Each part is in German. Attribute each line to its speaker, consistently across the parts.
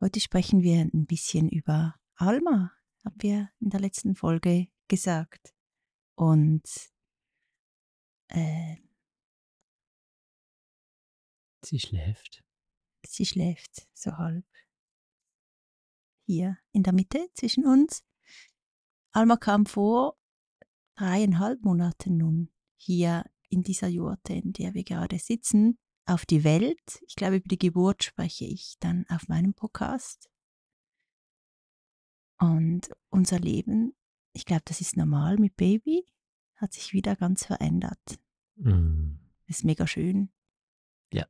Speaker 1: Heute sprechen wir ein bisschen über Alma, haben wir in der letzten Folge gesagt. Und äh,
Speaker 2: Sie schläft.
Speaker 1: sie schläft so halb hier in der Mitte zwischen uns. Alma kam vor dreieinhalb Monaten nun hier in dieser Jurte, in der wir gerade sitzen, auf die Welt. Ich glaube, über die Geburt spreche ich dann auf meinem Podcast. Und unser Leben, ich glaube, das ist normal mit Baby, hat sich wieder ganz verändert.
Speaker 2: Mm.
Speaker 1: Das ist mega schön.
Speaker 2: Ja.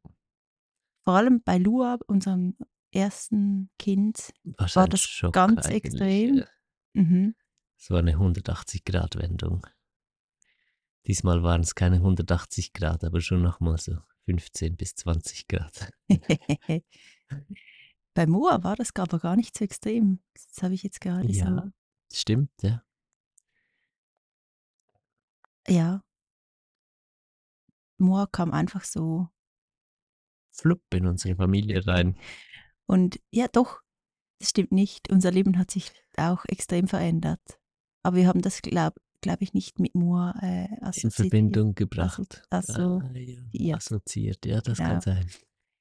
Speaker 1: Vor allem bei Lua, unserem ersten Kind.
Speaker 2: Was
Speaker 1: War
Speaker 2: ein
Speaker 1: das
Speaker 2: Schock
Speaker 1: ganz
Speaker 2: eigentlich,
Speaker 1: extrem?
Speaker 2: ja.
Speaker 1: Mhm.
Speaker 2: Es war eine 180-Grad-Wendung. Diesmal waren es keine 180 Grad, aber schon nochmal so 15 bis 20 Grad.
Speaker 1: bei Moa war das aber gar nicht so extrem. Das habe ich jetzt gerade
Speaker 2: Ja. Stimmt, ja.
Speaker 1: so. Ja. Moa kam einfach so.
Speaker 2: Flupp in unsere Familie rein.
Speaker 1: Und ja, doch, das stimmt nicht. Unser Leben hat sich auch extrem verändert. Aber wir haben das, glaube glaub ich, nicht mit Moa äh,
Speaker 2: in
Speaker 1: assoziiert.
Speaker 2: Verbindung gebracht.
Speaker 1: also-
Speaker 2: ah, ja.
Speaker 1: ja.
Speaker 2: assoziiert, ja, das
Speaker 1: Genau.
Speaker 2: kann sein.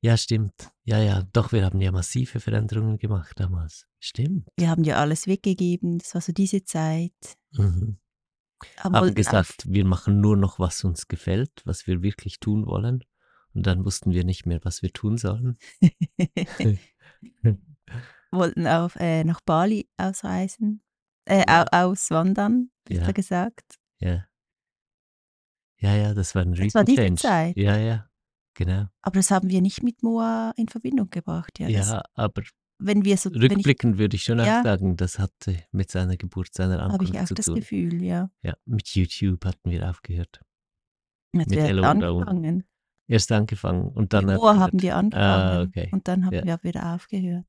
Speaker 2: Ja, stimmt. Ja, ja, doch, wir haben ja massive Veränderungen gemacht damals. Stimmt.
Speaker 1: Wir haben ja alles weggegeben. Das war so diese Zeit.
Speaker 2: Mhm.
Speaker 1: Aber
Speaker 2: haben
Speaker 1: wollten
Speaker 2: gesagt, wir machen nur noch, was uns gefällt, was wir wirklich tun wollen. Und dann wussten wir nicht mehr, was wir tun sollen.
Speaker 1: auf- wollten auf, äh, nach Bali ausreisen, äh,
Speaker 2: Ja.
Speaker 1: au- auswandern, besser
Speaker 2: Ja.
Speaker 1: gesagt.
Speaker 2: ja. Ja, ja, das war ein
Speaker 1: Das war
Speaker 2: riesen
Speaker 1: diese
Speaker 2: Change.
Speaker 1: Zeit.
Speaker 2: Ja, ja, genau.
Speaker 1: Aber das haben wir nicht mit Moa in Verbindung gebracht. Ja,
Speaker 2: Ja,
Speaker 1: Das,
Speaker 2: aber
Speaker 1: wenn wir so, wenn ich,
Speaker 2: rückblickend würde ich schon
Speaker 1: Ja.
Speaker 2: auch sagen, das hatte mit seiner Geburt, seiner
Speaker 1: habe
Speaker 2: Ankunft
Speaker 1: ich auch
Speaker 2: zu
Speaker 1: das
Speaker 2: tun.
Speaker 1: Gefühl, ja.
Speaker 2: Ja, mit YouTube hatten wir aufgehört.
Speaker 1: Jetzt
Speaker 2: Mit
Speaker 1: wir
Speaker 2: Hello und Owen.
Speaker 1: angefangen.
Speaker 2: Erst angefangen und dann
Speaker 1: mit Moa
Speaker 2: aufgehört.
Speaker 1: haben wir angefangen
Speaker 2: okay.
Speaker 1: und dann haben
Speaker 2: Ja.
Speaker 1: wir wieder aufgehört.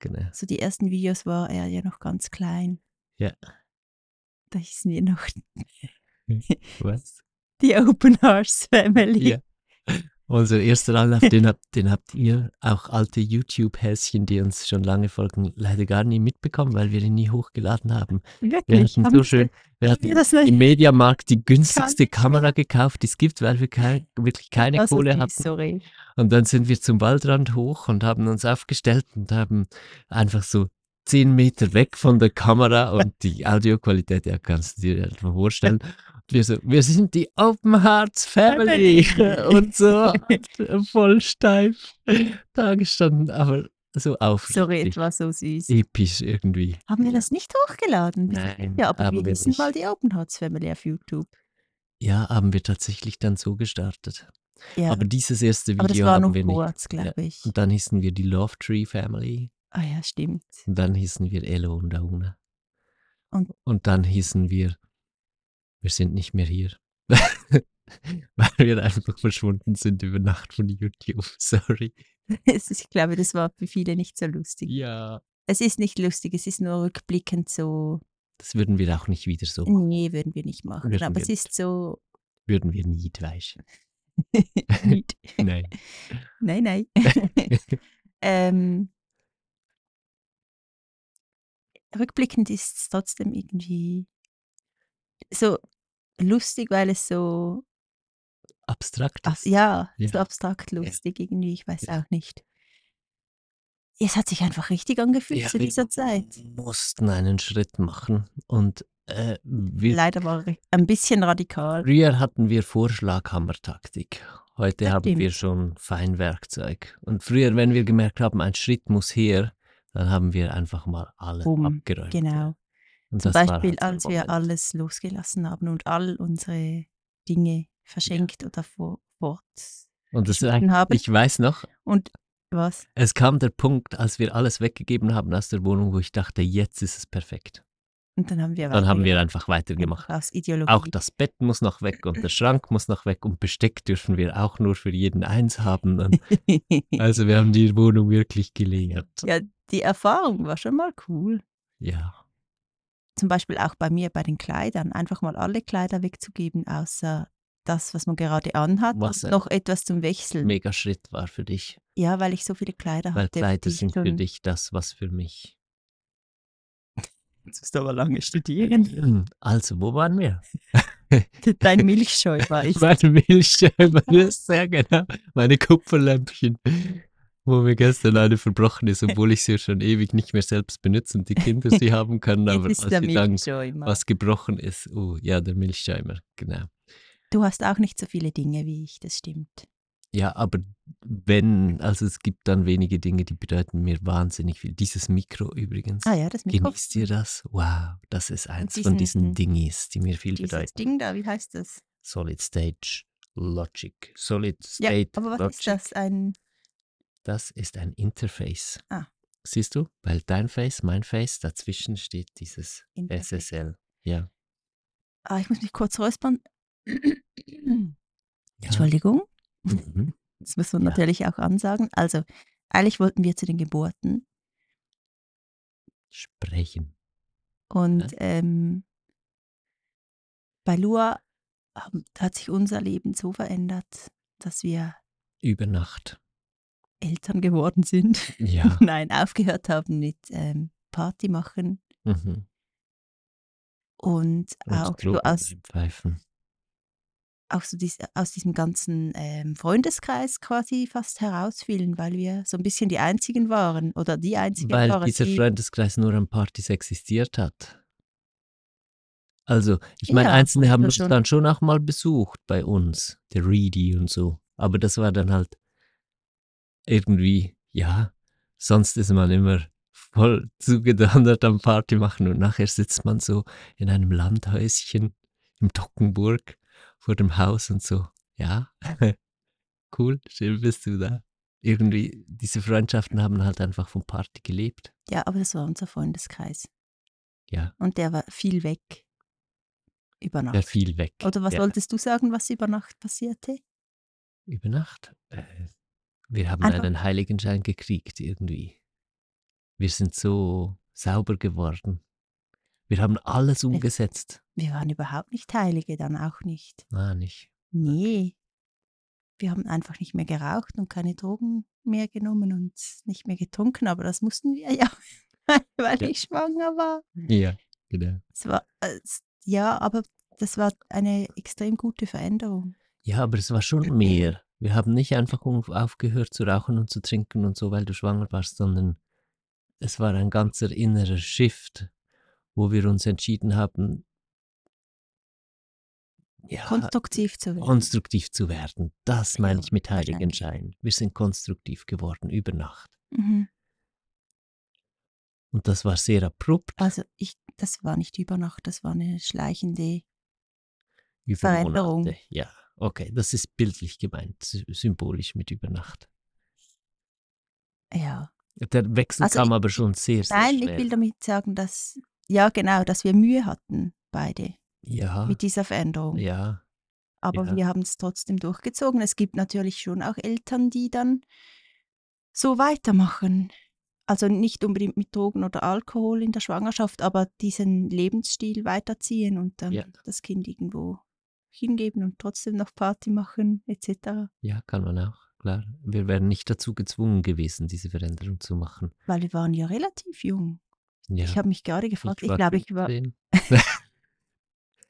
Speaker 2: Genau.
Speaker 1: So die ersten Videos war er ja noch ganz klein.
Speaker 2: Ja.
Speaker 1: Da hießen wir noch
Speaker 2: Was?
Speaker 1: die Open Arms Family.
Speaker 2: Ja. Unser erster Anlauf, den habt, den habt ihr, auch alte YouTube-Häschen, die uns schon lange folgen, leider gar nie mitbekommen, weil wir ihn nie hochgeladen haben. Wir
Speaker 1: Wirklich.
Speaker 2: hatten
Speaker 1: haben
Speaker 2: so
Speaker 1: wir-
Speaker 2: schön, wir
Speaker 1: wir
Speaker 2: hatten
Speaker 1: das nicht-
Speaker 2: im Mediamarkt die günstigste
Speaker 1: nicht mehr.
Speaker 2: Kamera gekauft, die es gibt, weil wir kein, wirklich keine
Speaker 1: Also
Speaker 2: Kohle
Speaker 1: süß,
Speaker 2: hatten.
Speaker 1: Sorry.
Speaker 2: Und dann sind wir zum Waldrand hoch und haben uns aufgestellt und haben einfach so zehn Meter weg von der Kamera und die Audioqualität, ja, kannst du dir einfach vorstellen. Und wir so, wir sind die Open Hearts Family und so und voll steif da gestanden, aber so
Speaker 1: Sorry,
Speaker 2: aufrichtig,
Speaker 1: es war so süß.
Speaker 2: episch irgendwie.
Speaker 1: Haben wir das nicht hochgeladen?
Speaker 2: Nein,
Speaker 1: ja, aber
Speaker 2: haben
Speaker 1: wir
Speaker 2: wir
Speaker 1: wissen mal
Speaker 2: nicht.
Speaker 1: die Open Hearts Family auf YouTube.
Speaker 2: Ja, haben wir tatsächlich dann so gestartet.
Speaker 1: Ja,
Speaker 2: Aber
Speaker 1: aber,
Speaker 2: dieses erste Video
Speaker 1: das war
Speaker 2: haben
Speaker 1: noch
Speaker 2: wir nicht.
Speaker 1: kurz, glaube ich.
Speaker 2: Und dann hießen wir die Love Tree Family.
Speaker 1: Ah ja, stimmt.
Speaker 2: Und dann hießen wir Elo und Auna.
Speaker 1: Und-
Speaker 2: dann hießen wir, wir sind nicht mehr hier. Weil wir einfach verschwunden sind über Nacht von YouTube. Sorry.
Speaker 1: Es ist, ich glaube, das war für viele nicht so lustig.
Speaker 2: Ja.
Speaker 1: Es ist nicht lustig, es ist nur rückblickend so,
Speaker 2: Das würden wir auch nicht wieder so machen.
Speaker 1: nee, würden wir nicht machen.
Speaker 2: Würden
Speaker 1: aber
Speaker 2: wir
Speaker 1: es ist so,
Speaker 2: Würden wir nie, weißt du.
Speaker 1: nicht.
Speaker 2: Nein.
Speaker 1: nein, nein. ähm, rückblickend ist es trotzdem irgendwie so lustig, weil es so
Speaker 2: Abstrakt.
Speaker 1: Ab,
Speaker 2: ist-
Speaker 1: ja,
Speaker 2: Ja.
Speaker 1: so abstrakt lustig irgendwie, ich weiß auch nicht. Es hat sich einfach richtig angefühlt
Speaker 2: Ja,
Speaker 1: zu
Speaker 2: wir
Speaker 1: dieser Zeit.
Speaker 2: mussten einen Schritt machen. Und äh, wir,
Speaker 1: Leider war er ein bisschen radikal.
Speaker 2: früher hatten wir Vorschlaghammertaktik. Heute
Speaker 1: Das
Speaker 2: haben wir schon Feinwerkzeug. Und früher, wenn wir gemerkt haben, ein Schritt muss her, dann haben wir einfach mal alles
Speaker 1: Bumm,
Speaker 2: abgeräumt.
Speaker 1: Genau.
Speaker 2: Und
Speaker 1: Zum
Speaker 2: das war
Speaker 1: Beispiel,
Speaker 2: halt so ein
Speaker 1: als wir
Speaker 2: Moment.
Speaker 1: alles losgelassen haben und all unsere Dinge verschenkt oder vor, fort.
Speaker 2: Und das ist
Speaker 1: geschnitten
Speaker 2: eigentlich-
Speaker 1: haben.
Speaker 2: ich weiß noch,
Speaker 1: Und was?
Speaker 2: es kam der Punkt, als wir alles weggegeben haben aus der Wohnung, wo ich dachte, jetzt ist es perfekt.
Speaker 1: Und dann haben wir
Speaker 2: Dann haben wir
Speaker 1: weitergemacht.
Speaker 2: einfach weitergemacht.
Speaker 1: Aus Ideologie.
Speaker 2: Auch das Bett muss noch weg und der Schrank muss noch weg und Besteck dürfen wir auch nur für jeden eins haben. Und also wir haben die Wohnung wirklich geleert.
Speaker 1: ja, die Erfahrung war schon mal cool.
Speaker 2: Ja.
Speaker 1: zum Beispiel auch bei mir bei den Kleidern, einfach mal alle Kleider wegzugeben, außer das, was man gerade anhat,
Speaker 2: Was
Speaker 1: und
Speaker 2: ein-
Speaker 1: noch etwas zum Wechseln.
Speaker 2: Mega Schritt war für dich.
Speaker 1: ja, weil ich so viele Kleider
Speaker 2: Weil
Speaker 1: hatte.
Speaker 2: Kleider
Speaker 1: die ich
Speaker 2: sind für
Speaker 1: schon-
Speaker 2: dich das, was für mich.
Speaker 1: Jetzt musst du aber lange studieren.
Speaker 2: Also, wo waren wir?
Speaker 1: Dein Milchscheu war ich.
Speaker 2: Meine Milchscheibe, sehr genau. Meine Kupferlämpchen, wo mir gestern eine verbrochen ist, obwohl ich sie schon ewig nicht mehr selbst benutze und die Kinder sie haben können,
Speaker 1: Jetzt
Speaker 2: aber als
Speaker 1: ist der
Speaker 2: sie dann
Speaker 1: Milchscheu. Mann.
Speaker 2: was gebrochen ist, oh ja, der Milchschäumer, genau.
Speaker 1: Du hast auch nicht so viele Dinge wie ich, das stimmt.
Speaker 2: Ja, aber wenn, also es gibt dann wenige Dinge, die bedeuten mir wahnsinnig viel. Dieses Mikro übrigens,
Speaker 1: Ah ja, das Mikro.
Speaker 2: genießt ihr das? Wow, das ist eins
Speaker 1: diesen-
Speaker 2: von diesen Dingis, die mir viel
Speaker 1: Dieses
Speaker 2: bedeuten.
Speaker 1: Ding da, wie heißt das?
Speaker 2: Solid Stage Logic. Solid
Speaker 1: Ja,
Speaker 2: State
Speaker 1: aber was
Speaker 2: Logic.
Speaker 1: ist das? Ein
Speaker 2: Das ist ein Interface.
Speaker 1: Ah.
Speaker 2: Siehst du? Weil dein Face, mein Face, dazwischen steht dieses
Speaker 1: Interface.
Speaker 2: SSL. Ja.
Speaker 1: Ah, ich muss mich kurz räuspern.
Speaker 2: ja.
Speaker 1: Entschuldigung,
Speaker 2: Mhm.
Speaker 1: das muss man
Speaker 2: Ja.
Speaker 1: natürlich auch ansagen. Also, eigentlich wollten wir zu den Geburten
Speaker 2: Sprechen.
Speaker 1: und ähm, bei Lua haben- hat sich unser Leben so verändert, dass wir
Speaker 2: Über Nacht.
Speaker 1: Eltern geworden sind.
Speaker 2: Ja.
Speaker 1: Nein, aufgehört haben mit ähm, Party machen
Speaker 2: mhm.
Speaker 1: und,
Speaker 2: Und
Speaker 1: auch so
Speaker 2: Drogen
Speaker 1: aus,
Speaker 2: einpfeifen.
Speaker 1: auch so dies, aus diesem ganzen ähm, Freundeskreis quasi fast herausfielen, weil wir so ein bisschen die Einzigen waren oder die Einzigen
Speaker 2: Weil
Speaker 1: waren,
Speaker 2: dieser
Speaker 1: die
Speaker 2: Freundeskreis nur an Partys existiert hat. Also, ich meine,
Speaker 1: Ja,
Speaker 2: Einzelne haben
Speaker 1: ja
Speaker 2: uns
Speaker 1: schon.
Speaker 2: dann schon auch mal besucht bei uns, der Reedy und so. Aber das war dann halt irgendwie, ja, sonst ist man immer voll zugedonnert am Party machen und nachher sitzt man so in einem Landhäuschen im Tockenburg vor dem Haus und so, ja, cool, schön bist du da. Irgendwie, diese Freundschaften haben halt einfach vom Party gelebt.
Speaker 1: Ja, aber das war unser Freundeskreis.
Speaker 2: Ja,
Speaker 1: Und der war viel weg. Über Nacht.
Speaker 2: der fiel weg.
Speaker 1: Oder was
Speaker 2: ja.
Speaker 1: wolltest du sagen, was über Nacht passierte?
Speaker 2: Über Nacht. Äh, Wir haben
Speaker 1: Einfach-
Speaker 2: einen Heiligenschein gekriegt irgendwie. Wir sind so sauber geworden. Wir haben alles umgesetzt.
Speaker 1: Wir waren überhaupt nicht Heilige, dann auch nicht.
Speaker 2: Ah, nicht.
Speaker 1: Nee. Wir haben einfach nicht mehr geraucht und keine Drogen mehr genommen und nicht mehr getrunken, aber das mussten wir ja, weil
Speaker 2: Ja.
Speaker 1: ich schwanger war.
Speaker 2: Ja, genau.
Speaker 1: Es war äh, es- ja, aber das war eine extrem gute Veränderung.
Speaker 2: Ja, aber es war schon mehr. Wir haben nicht einfach um- aufgehört zu rauchen und zu trinken und so, weil du schwanger warst, sondern es war ein ganzer innerer Shift, wo wir uns entschieden haben, ja,
Speaker 1: Konstruktiv zu werden.
Speaker 2: konstruktiv zu werden. Das meine
Speaker 1: Ja,
Speaker 2: ich mit
Speaker 1: wahrscheinlich.
Speaker 2: Heiligenschein. Wir sind konstruktiv geworden über Nacht.
Speaker 1: Mhm.
Speaker 2: Und das war sehr abrupt
Speaker 1: Also ich, das war nicht über Nacht, das war eine schleichende
Speaker 2: über
Speaker 1: Veränderung.
Speaker 2: Monate. Ja, okay, das ist bildlich gemeint, sy- symbolisch mit über Nacht.
Speaker 1: Ja.
Speaker 2: Der Wechsel
Speaker 1: Also
Speaker 2: kam
Speaker 1: ich-
Speaker 2: aber schon sehr, sehr
Speaker 1: Nein,
Speaker 2: schnell.
Speaker 1: ich will damit sagen, dass, ja genau, dass wir Mühe hatten, beide,
Speaker 2: ja,
Speaker 1: mit dieser Veränderung.
Speaker 2: ja,
Speaker 1: Aber
Speaker 2: ja.
Speaker 1: wir haben es trotzdem durchgezogen. Es gibt natürlich schon auch Eltern, die dann so weitermachen. Also nicht unbedingt mit Drogen oder Alkohol in der Schwangerschaft, aber diesen Lebensstil weiterziehen und dann
Speaker 2: Ja.
Speaker 1: das Kind irgendwo hingeben und trotzdem noch Party machen etc.
Speaker 2: ja, kann man auch, klar. Wir wären nicht dazu gezwungen gewesen, diese Veränderung zu machen.
Speaker 1: Weil wir waren ja relativ jung.
Speaker 2: Ja,
Speaker 1: Ich habe mich gerade gefragt, ich,
Speaker 2: war
Speaker 1: glaube, ich war
Speaker 2: 15.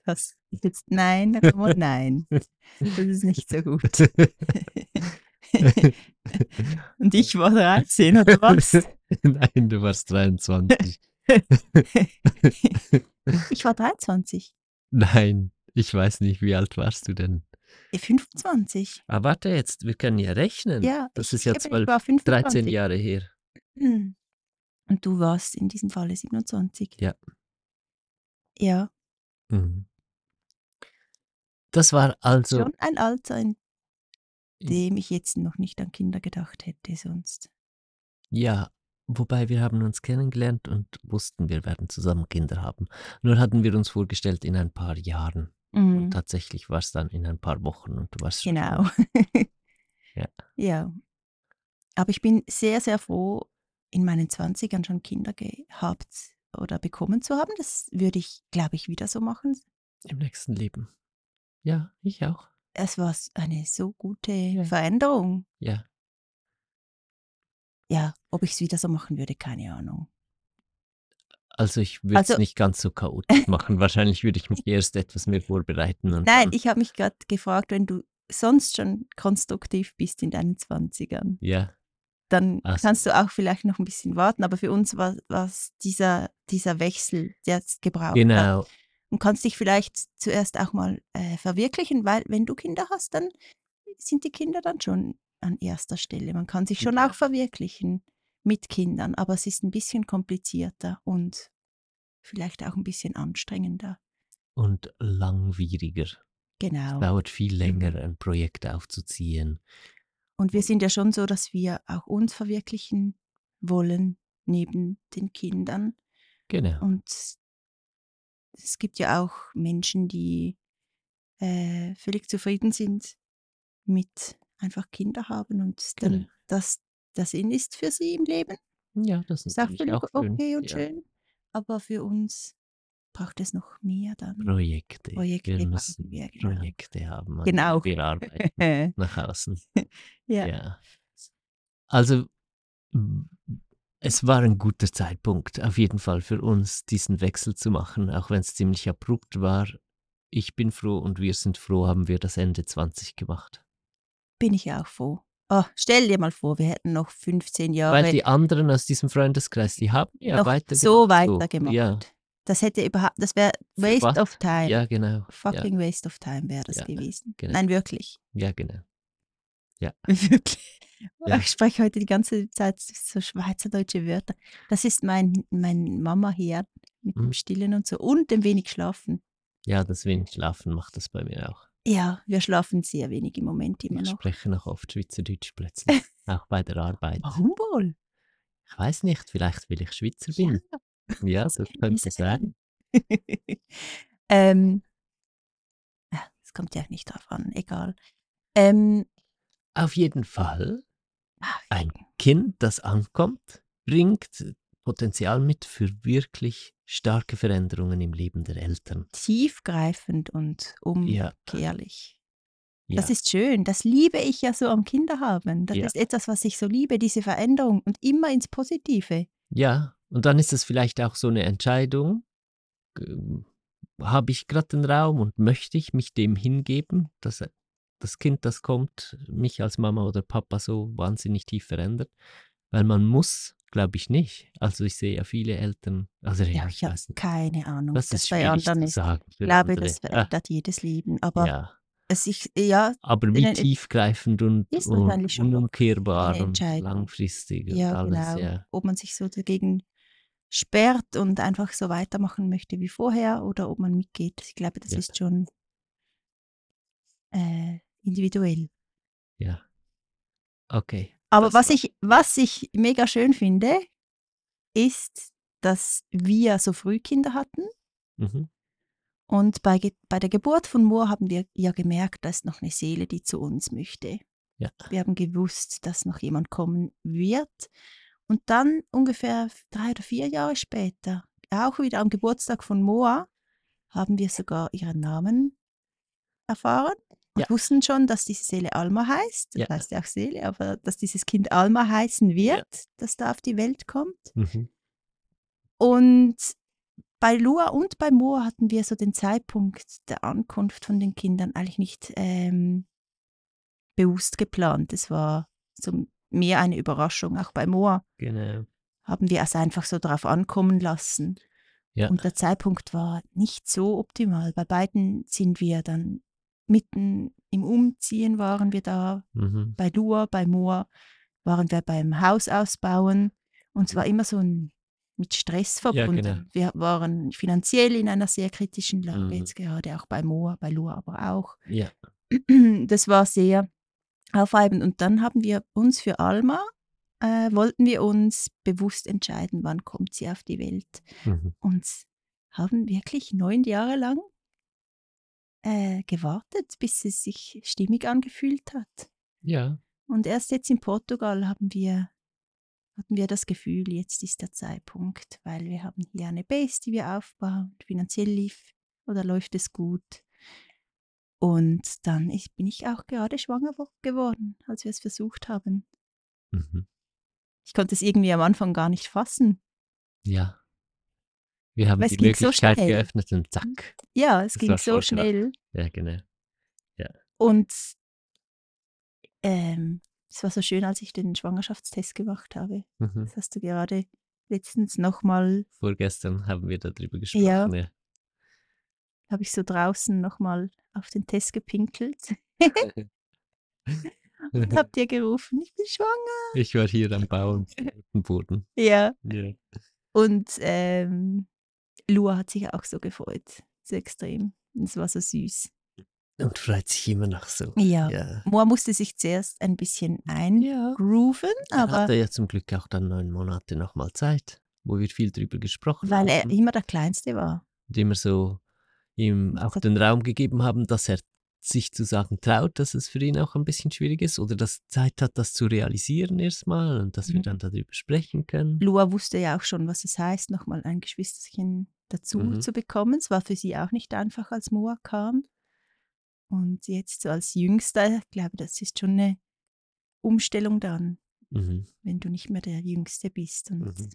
Speaker 1: das. ist Jetzt, nein, da kann man- nein, das ist nicht so gut. Und ich war 13 oder was?
Speaker 2: Nein, du warst 23.
Speaker 1: Ich war 23,
Speaker 2: Nein, ich weiß nicht, wie alt warst du denn?
Speaker 1: äh, 25.
Speaker 2: Ah, warte jetzt, wir können ja rechnen.
Speaker 1: Ja,
Speaker 2: das
Speaker 1: ich,
Speaker 2: ist ja
Speaker 1: ich, glaube,
Speaker 2: 12,
Speaker 1: ich war 25.
Speaker 2: 13 Jahre her.
Speaker 1: Hm. Und du warst in diesem Falle 27.
Speaker 2: Ja.
Speaker 1: Ja,
Speaker 2: Mhm. Das war also
Speaker 1: schon ein Alter, in
Speaker 2: Ich-
Speaker 1: dem ich jetzt noch nicht an Kinder gedacht hätte sonst.
Speaker 2: Ja, wobei wir haben uns kennengelernt und wussten, wir werden zusammen Kinder haben. Nur hatten wir uns vorgestellt in ein paar Jahren. Und
Speaker 1: Mhm.
Speaker 2: tatsächlich war es dann in ein paar Wochen und du warst schon
Speaker 1: Genau.
Speaker 2: Ja.
Speaker 1: ja. Aber ich bin sehr, sehr froh, in meinen 20ern schon Kinder gehabt oder bekommen zu haben. Das würde ich, glaube ich, wieder so machen.
Speaker 2: im nächsten Leben. Ja, ich auch.
Speaker 1: es war s- eine so gute Veränderung.
Speaker 2: Ja.
Speaker 1: Ja, ob ich es wieder so machen würde, keine Ahnung.
Speaker 2: Also ich würde es
Speaker 1: Also-
Speaker 2: nicht ganz so chaotisch machen. Wahrscheinlich würde ich mich erst etwas mehr vorbereiten. Und
Speaker 1: Nein,
Speaker 2: dann,
Speaker 1: ich habe mich gerade gefragt, wenn du sonst schon konstruktiv bist in deinen Zwanzigern,
Speaker 2: Ja,
Speaker 1: dann
Speaker 2: Ach so.
Speaker 1: kannst du auch vielleicht noch ein bisschen warten. Aber für uns war es dieser, dieser Wechsel, der es gebraucht hat.
Speaker 2: genau.
Speaker 1: und kannst dich vielleicht zuerst auch mal äh, verwirklichen, weil wenn du Kinder hast, dann sind die Kinder dann schon an erster Stelle. Man kann sich schon
Speaker 2: Ja.
Speaker 1: auch verwirklichen mit Kindern, aber es ist ein bisschen komplizierter und vielleicht auch ein bisschen anstrengender.
Speaker 2: Und langwieriger.
Speaker 1: Genau.
Speaker 2: Dauert viel länger, ein Projekt aufzuziehen.
Speaker 1: Und wir sind ja schon so, dass wir auch uns verwirklichen wollen neben den Kindern.
Speaker 2: Genau.
Speaker 1: Und es gibt ja auch Menschen, die äh, völlig zufrieden sind mit einfach Kinder haben und dann
Speaker 2: Genau.
Speaker 1: das der Sinn ist für sie im Leben.
Speaker 2: Ja, das ist
Speaker 1: Oh. Ist auch
Speaker 2: natürlich
Speaker 1: völlig
Speaker 2: auch schön.
Speaker 1: okay und
Speaker 2: ja.
Speaker 1: schön. Aber für uns braucht es noch mehr dann.
Speaker 2: Projekte.
Speaker 1: Projekte
Speaker 2: wir
Speaker 1: brauchen
Speaker 2: müssen
Speaker 1: wir, genau.
Speaker 2: Projekte haben. an
Speaker 1: Genau.
Speaker 2: denen Wir arbeiten
Speaker 1: ja.
Speaker 2: nach außen.
Speaker 1: ja.
Speaker 2: Äh, Ja. Also, m- es war ein guter Zeitpunkt, auf jeden Fall für uns, diesen Wechsel zu machen, auch wenn es ziemlich abrupt war. Ich bin froh und wir sind froh, haben wir das Ende 20 gemacht.
Speaker 1: Bin ich auch froh. Oh, stell dir mal vor, wir hätten noch 15
Speaker 2: Weil
Speaker 1: Jahre
Speaker 2: die anderen aus diesem Freundeskreis, die haben ja
Speaker 1: noch
Speaker 2: weiter
Speaker 1: so weitergemacht.
Speaker 2: weitergemacht. Ja,
Speaker 1: Das hätte überhaupt, das wäre
Speaker 2: Für
Speaker 1: Waste
Speaker 2: was?
Speaker 1: of Time.
Speaker 2: ja, genau. Ja,
Speaker 1: Fucking Waste of Time wäre das
Speaker 2: Ja,
Speaker 1: gewesen.
Speaker 2: genau.
Speaker 1: Nein, wirklich.
Speaker 2: ja, genau.
Speaker 1: Wirklich. Oh,
Speaker 2: Ja.
Speaker 1: Ich spreche heute die ganze Zeit so schweizerdeutsche Wörter. Das ist mein, mein Mama hier mit dem
Speaker 2: Mhm.
Speaker 1: Stillen und so und dem wenig Schlafen.
Speaker 2: Ja, das wenig Schlafen macht das bei mir auch.
Speaker 1: Ja, wir schlafen sehr wenig im Moment immer
Speaker 2: Ich
Speaker 1: noch.
Speaker 2: spreche noch oft Schweizerdeutsch plötzlich, auch bei der Arbeit.
Speaker 1: Warum wohl?
Speaker 2: Ich weiß nicht, vielleicht weil ich Schweizer bin. Ja, das könnte sein.
Speaker 1: ähm, ja, das kommt ja nicht drauf an, egal. Ähm,
Speaker 2: Auf jeden Fall,
Speaker 1: ach,
Speaker 2: ein Kind, das ankommt, bringt Potenzial mit für wirklich starke Veränderungen im Leben der Eltern.
Speaker 1: tiefgreifend und um
Speaker 2: Ja.
Speaker 1: umkehrlich.
Speaker 2: Ja,
Speaker 1: Das ist schön. Das liebe ich ja so am Kinderhaben. Das
Speaker 2: Ja.
Speaker 1: ist etwas, was ich so liebe, diese Veränderung und immer ins Positive.
Speaker 2: ja. und dann ist es vielleicht auch so eine Entscheidung. ähm, Habe ich gerade den Raum und möchte ich mich dem hingeben, dass äh, das Kind, das kommt, mich als Mama oder Papa so wahnsinnig tief verändert? Weil man muss, glaube ich, nicht. Also ich sehe ja viele Eltern, also ja, ich
Speaker 1: hab
Speaker 2: weiß nicht.
Speaker 1: keine Ahnung,
Speaker 2: Das
Speaker 1: wie
Speaker 2: ist
Speaker 1: bei
Speaker 2: schwierig
Speaker 1: anderen
Speaker 2: zu
Speaker 1: ist.
Speaker 2: sagen. für
Speaker 1: Ich glaube,
Speaker 2: andere.
Speaker 1: das
Speaker 2: Ah,
Speaker 1: verändert jedes Leben. Aber
Speaker 2: ja.
Speaker 1: es ist, ja,
Speaker 2: Aber wie
Speaker 1: Ihnen-
Speaker 2: tiefgreifend und,
Speaker 1: Ist
Speaker 2: und
Speaker 1: wahrscheinlich schon noch
Speaker 2: unumkehrbar
Speaker 1: eine
Speaker 2: und
Speaker 1: Entscheidung.
Speaker 2: langfristig und
Speaker 1: ja
Speaker 2: alles,
Speaker 1: genau,
Speaker 2: ja.
Speaker 1: ob man sich so dagegen sperrt und einfach so weitermachen möchte wie vorher oder ob man mitgeht. Ich glaube, das
Speaker 2: Ja.
Speaker 1: ist schon äh, individuell.
Speaker 2: ja. Okay.
Speaker 1: Aber
Speaker 2: Das
Speaker 1: was
Speaker 2: war-
Speaker 1: ich, was ich mega schön finde, ist, dass wir so früh Kinder hatten.
Speaker 2: Mhm.
Speaker 1: Und bei, Ge- bei der Geburt von Moore haben wir ja gemerkt, da ist noch eine Seele, die zu uns möchte.
Speaker 2: Ja.
Speaker 1: Wir haben gewusst, dass noch jemand kommen wird. Und dann ungefähr drei oder vier Jahre später, auch wieder am Geburtstag von Moa, haben wir sogar ihren Namen erfahren und
Speaker 2: Ja.
Speaker 1: wussten schon, dass diese Seele Alma heißt. Das
Speaker 2: Ja.
Speaker 1: heißt ja auch Seele, aber dass dieses Kind Alma heißen wird, das da auf die Welt kommt.
Speaker 2: Mhm.
Speaker 1: Und bei Lua und bei Moa hatten wir so den Zeitpunkt der Ankunft von den Kindern eigentlich nicht ähm, bewusst geplant. Es war so mehr eine Überraschung. Auch bei Moa
Speaker 2: Genau.
Speaker 1: haben wir es einfach so drauf ankommen lassen.
Speaker 2: Ja.
Speaker 1: Und der Zeitpunkt war nicht so optimal. Bei beiden sind wir dann mitten im Umziehen waren wir da.
Speaker 2: Mhm.
Speaker 1: Bei Lua, bei Moa waren wir beim Haus ausbauen. Und es war immer so ein, mit Stress verbunden.
Speaker 2: genau.
Speaker 1: Wir waren finanziell in einer sehr kritischen Lage,
Speaker 2: Mhm.
Speaker 1: jetzt gerade auch bei Moa, bei Lua aber auch.
Speaker 2: Ja.
Speaker 1: Das war sehr aufreibend. Und dann haben wir uns für Alma, äh, wollten wir uns bewusst entscheiden, wann kommt sie auf die Welt
Speaker 2: Mhm.
Speaker 1: und haben wirklich neun Jahre lang äh, gewartet, bis es sich stimmig angefühlt hat.
Speaker 2: Ja.
Speaker 1: Und erst jetzt in Portugal haben wir, hatten wir das Gefühl, jetzt ist der Zeitpunkt, weil wir haben hier eine Base, die wir aufbauen. Finanziell lief oder läuft es gut. Und dann ich, bin ich auch gerade schwanger wo- geworden, als wir es versucht haben.
Speaker 2: Mhm.
Speaker 1: Ich konnte es irgendwie am Anfang gar nicht fassen.
Speaker 2: Ja. Wir haben
Speaker 1: Weil es
Speaker 2: die
Speaker 1: ging so
Speaker 2: Möglichkeit
Speaker 1: schnell. Mhm.
Speaker 2: geöffnet und zack.
Speaker 1: Ja, es
Speaker 2: Das
Speaker 1: ging
Speaker 2: war
Speaker 1: so
Speaker 2: voll krass.
Speaker 1: schnell.
Speaker 2: Ja, genau.
Speaker 1: Und ähm, es war so schön, als ich den Schwangerschaftstest gemacht habe.
Speaker 2: Mhm.
Speaker 1: Das hast du gerade letztens nochmal,
Speaker 2: Vorgestern haben wir darüber gesprochen. Ja.
Speaker 1: habe ich so draußen nochmal auf den Test gepinkelt und habe dir gerufen, ich bin schwanger.
Speaker 2: Ich war hier am Bau am roten Boden.
Speaker 1: Ja.
Speaker 2: Ja.
Speaker 1: Und ähm, Lua hat sich auch so gefreut. So extrem. Es war so süß.
Speaker 2: Und freut sich immer noch so.
Speaker 1: Ja.
Speaker 2: Ja.
Speaker 1: Moa musste sich zuerst ein bisschen
Speaker 2: ja.
Speaker 1: eingrooven,
Speaker 2: Er
Speaker 1: aber
Speaker 2: hatte ja zum Glück auch dann neun Monate nochmal Zeit, wo wir viel drüber gesprochen
Speaker 1: weil er
Speaker 2: haben.
Speaker 1: immer der Kleinste war.
Speaker 2: und immer so ihm
Speaker 1: Das
Speaker 2: auch
Speaker 1: hat-
Speaker 2: den Raum gegeben haben, dass er sich zu sagen traut, dass es für ihn auch ein bisschen schwierig ist oder dass Zeit hat, das zu realisieren erstmal und dass wir
Speaker 1: Mhm.
Speaker 2: dann darüber sprechen können.
Speaker 1: Lua wusste ja auch schon, was es heißt, nochmal ein Geschwisterchen dazu
Speaker 2: Mhm.
Speaker 1: zu bekommen. Es war für sie auch nicht einfach, als Moa kam. Und jetzt so als Jüngster, ich glaube, das ist schon eine Umstellung dann,
Speaker 2: Mhm.
Speaker 1: wenn du nicht mehr der Jüngste bist und
Speaker 2: Mhm.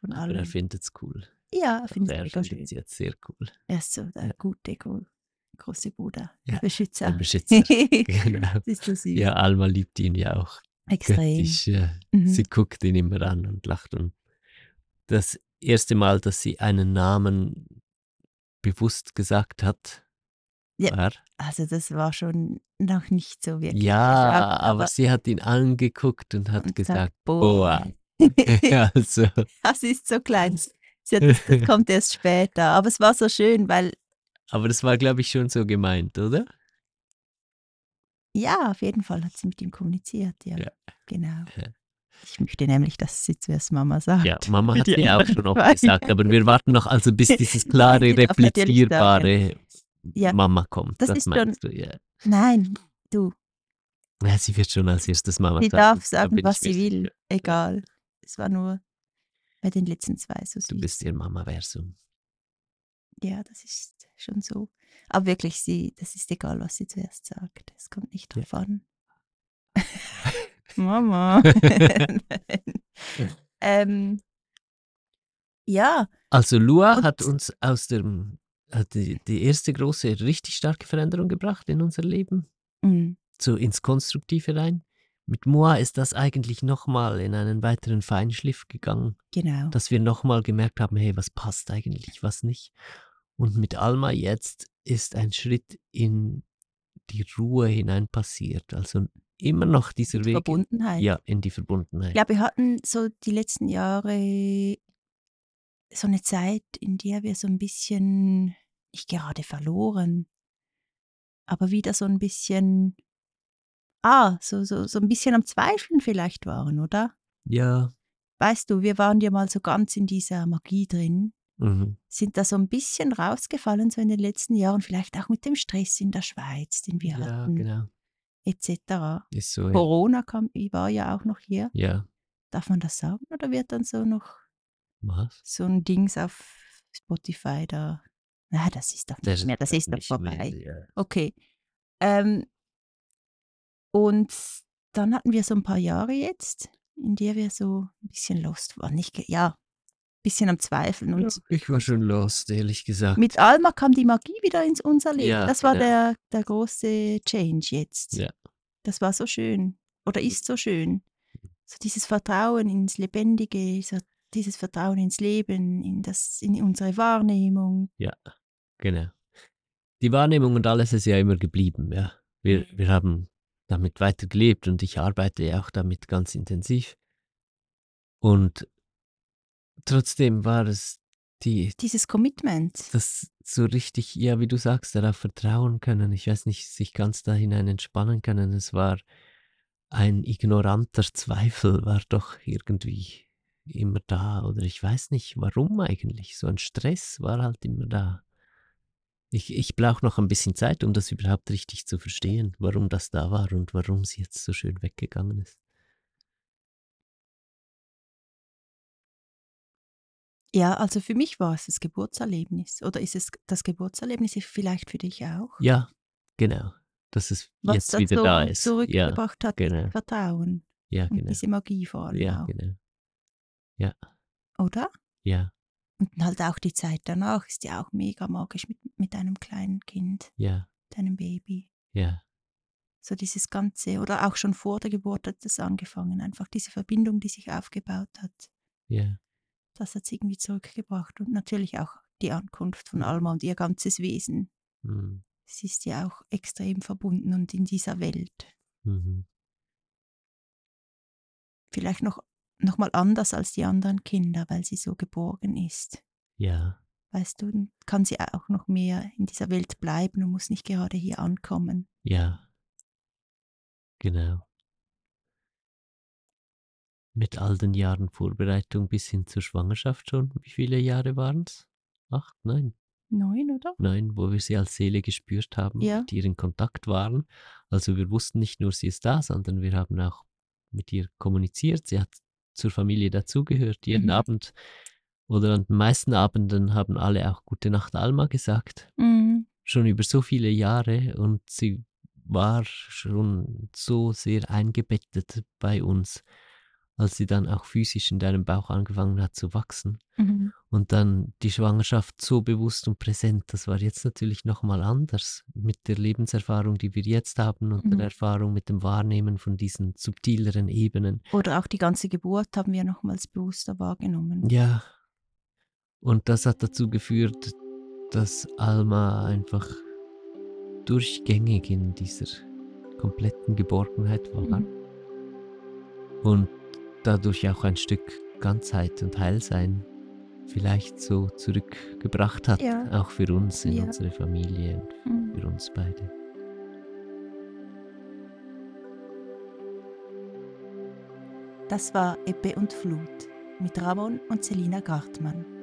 Speaker 1: von
Speaker 2: Aber er
Speaker 1: allem.
Speaker 2: findet es cool.
Speaker 1: Ja, finde ich
Speaker 2: er
Speaker 1: mega
Speaker 2: findet
Speaker 1: schön.
Speaker 2: es jetzt sehr cool.
Speaker 1: Er ist so der
Speaker 2: Ja.
Speaker 1: gute, gro- große Bruder,
Speaker 2: Ja,
Speaker 1: der Beschützer.
Speaker 2: Ein Beschützer.
Speaker 1: das
Speaker 2: genau.
Speaker 1: ist so süß.
Speaker 2: Ja, Alma liebt ihn ja auch.
Speaker 1: Extrem.
Speaker 2: Göttisch. Ja. Sie
Speaker 1: Mhm.
Speaker 2: guckt ihn immer an und lacht. Und das erste Mal, dass sie einen Namen bewusst gesagt hat,
Speaker 1: Ja.
Speaker 2: war
Speaker 1: Also das war schon noch nicht so wirklich.
Speaker 2: Ja,
Speaker 1: geschafft,
Speaker 2: aber,
Speaker 1: aber-
Speaker 2: sie hat ihn angeguckt und hat
Speaker 1: Und
Speaker 2: gesagt, oh,
Speaker 1: sagt, "Oh." boah.
Speaker 2: boah. also,
Speaker 1: Das ist so klein. Sie hat- Das kommt erst später. Aber es war so schön, weil
Speaker 2: aber das war, glaube ich, schon so gemeint, oder?
Speaker 1: ja, auf jeden Fall hat sie mit ihm kommuniziert. Ja,
Speaker 2: Ja.
Speaker 1: genau.
Speaker 2: Ja.
Speaker 1: Ich möchte nämlich, dass sie zuerst Mama sagt.
Speaker 2: Ja, Mama
Speaker 1: Wie
Speaker 2: hat
Speaker 1: die
Speaker 2: sie auch
Speaker 1: anderen
Speaker 2: schon
Speaker 1: zwei.
Speaker 2: oft gesagt, aber wir warten noch, also bis dieses klare,
Speaker 1: Die darf natürlich sagen.
Speaker 2: replizierbare
Speaker 1: Ja.
Speaker 2: Mama kommt.
Speaker 1: Das
Speaker 2: Das,
Speaker 1: ist schon-
Speaker 2: meinst du, ja.
Speaker 1: Nein, du,
Speaker 2: ja. Sie wird schon als erstes Mama
Speaker 1: sie
Speaker 2: sagen.
Speaker 1: darf
Speaker 2: da
Speaker 1: sagen,
Speaker 2: bin ich
Speaker 1: was sie
Speaker 2: mir
Speaker 1: will.
Speaker 2: sicher.
Speaker 1: Egal. Es war nur bei den letzten zwei so süß.
Speaker 2: Du bist ihr Mama-Versum.
Speaker 1: Ja, das ist schon so. Aber wirklich, sie, das ist egal, was sie zuerst sagt. Es kommt nicht
Speaker 2: Ja.
Speaker 1: drauf an. Mama. ähm, ja,
Speaker 2: Also Lua
Speaker 1: Und-
Speaker 2: hat uns aus dem, hat die, die erste große, richtig starke Veränderung gebracht in unser Leben.
Speaker 1: mm,
Speaker 2: so ins Konstruktive rein. Mit Moa ist das eigentlich nochmal in einen weiteren Feinschliff gegangen,
Speaker 1: genau.
Speaker 2: dass wir nochmal gemerkt haben, hey, was passt eigentlich, was nicht. Und mit Alma jetzt ist ein Schritt in die Ruhe hinein passiert. Also immer noch dieser Weg in,
Speaker 1: Verbundenheit.
Speaker 2: ja, in die
Speaker 1: Ich
Speaker 2: Verbundenheit.
Speaker 1: glaube, wir hatten so die letzten Jahre so eine Zeit, in der wir so ein bisschen, nicht gerade verloren, aber wieder so ein bisschen, ah, so, so, so ein bisschen am Zweifeln vielleicht waren, oder?
Speaker 2: Ja.
Speaker 1: Weißt du, wir waren ja mal so ganz in dieser Magie drin,
Speaker 2: Mhm.
Speaker 1: sind da so ein bisschen rausgefallen, so in den letzten Jahren, vielleicht auch mit dem Stress in der Schweiz, den wir
Speaker 2: Ja,
Speaker 1: hatten,
Speaker 2: genau.
Speaker 1: etc.
Speaker 2: Ist so. Ja.
Speaker 1: Corona kam, ich war ja auch noch hier.
Speaker 2: ja.
Speaker 1: Darf man das sagen oder wird dann so noch
Speaker 2: Was?
Speaker 1: so ein Dings auf Spotify da? Na, das ist doch nicht mehr, das ist doch
Speaker 2: nicht mehr,
Speaker 1: vorbei.
Speaker 2: ja.
Speaker 1: Okay. Ähm, und dann hatten wir so ein paar Jahre jetzt, in der wir so ein bisschen lost waren. Nicht, ge- ja, ein bisschen am Zweifeln. Und
Speaker 2: Ich war schon lost, ehrlich gesagt.
Speaker 1: mit Alma kam die Magie wieder ins unser Leben.
Speaker 2: Ja,
Speaker 1: das war
Speaker 2: genau.
Speaker 1: der, der große Change jetzt.
Speaker 2: Ja.
Speaker 1: Das war so schön. Oder ist so schön. So dieses Vertrauen ins Lebendige, so dieses Vertrauen ins Leben, in, das, in unsere Wahrnehmung.
Speaker 2: Genau. Die Wahrnehmung und alles ist ja immer geblieben, ja. Wir, wir haben damit weiter gelebt und ich arbeite ja auch damit ganz intensiv. Und trotzdem war es die,
Speaker 1: Dieses Commitment.
Speaker 2: das so richtig, ja, wie du sagst, darauf vertrauen können. Ich weiß nicht, sich ganz da hinein entspannen können. Es war ein ignoranter Zweifel, war doch irgendwie immer da. Oder ich weiß nicht, warum eigentlich. So ein Stress war halt immer da. Ich, ich brauche noch ein bisschen Zeit, um das überhaupt richtig zu verstehen, warum das da war und warum es jetzt so schön weggegangen ist.
Speaker 1: Ja, also für mich war es das Geburtserlebnis. Oder ist es das Geburtserlebnis vielleicht für dich auch?
Speaker 2: Ja, genau. Dass es
Speaker 1: Was
Speaker 2: jetzt
Speaker 1: das
Speaker 2: wieder
Speaker 1: so
Speaker 2: da ist. Ja,
Speaker 1: zurückgebracht hat,
Speaker 2: genau.
Speaker 1: Vertrauen
Speaker 2: ja,
Speaker 1: und
Speaker 2: genau.
Speaker 1: diese Magie vor allem
Speaker 2: Ja,
Speaker 1: auch,
Speaker 2: genau.
Speaker 1: oder?
Speaker 2: Ja,
Speaker 1: Und halt auch die Zeit danach ist ja auch mega magisch mit, mit einem kleinen Kind,
Speaker 2: ja,
Speaker 1: deinem Baby.
Speaker 2: ja,
Speaker 1: So dieses Ganze, oder auch schon vor der Geburt hat das angefangen, einfach diese Verbindung, die sich aufgebaut hat,
Speaker 2: ja,
Speaker 1: das hat es irgendwie zurückgebracht. Und natürlich auch die Ankunft von Alma und ihr ganzes Wesen.
Speaker 2: mm,
Speaker 1: Sie ist ja auch extrem verbunden und in dieser Welt.
Speaker 2: mhm,
Speaker 1: Vielleicht noch, noch mal anders als die anderen Kinder, weil sie so geborgen ist.
Speaker 2: ja,
Speaker 1: Weißt du, dann kann sie auch noch mehr in dieser Welt bleiben und muss nicht gerade hier ankommen.
Speaker 2: ja. Genau. Mit all den Jahren Vorbereitung bis hin zur Schwangerschaft schon. Wie viele Jahre waren es? Acht, nein,
Speaker 1: Neun, oder?
Speaker 2: nein, wo wir sie als Seele gespürt haben,
Speaker 1: Ja.
Speaker 2: mit ihr in Kontakt waren. Also wir wussten nicht nur, sie ist da, sondern wir haben auch mit ihr kommuniziert. Sie hat zur Familie dazugehört. Jeden
Speaker 1: Mhm.
Speaker 2: Abend oder an den meisten Abenden haben alle auch Gute Nacht Alma gesagt.
Speaker 1: Mhm.
Speaker 2: schon über so viele Jahre und sie war schon so sehr eingebettet bei uns, als sie dann auch physisch in deinem Bauch angefangen hat zu wachsen.
Speaker 1: Mhm.
Speaker 2: Und dann die Schwangerschaft so bewusst und präsent, das war jetzt natürlich nochmal anders mit der Lebenserfahrung, die wir jetzt haben und
Speaker 1: Mhm.
Speaker 2: der Erfahrung mit dem Wahrnehmen von diesen subtileren Ebenen.
Speaker 1: Oder auch die ganze Geburt haben wir nochmals bewusster wahrgenommen.
Speaker 2: Ja. Und das hat dazu geführt, dass Alma einfach durchgängig in dieser kompletten Geborgenheit war
Speaker 1: Mhm.
Speaker 2: und dadurch auch ein Stück Ganzheit und Heilsein vielleicht so zurückgebracht hat,
Speaker 1: Ja.
Speaker 2: auch für uns in
Speaker 1: Ja.
Speaker 2: unsere Familie und
Speaker 1: Mhm.
Speaker 2: für uns beide.
Speaker 1: Das war Ebbe und Flut mit Ramon und Selina Gartmann.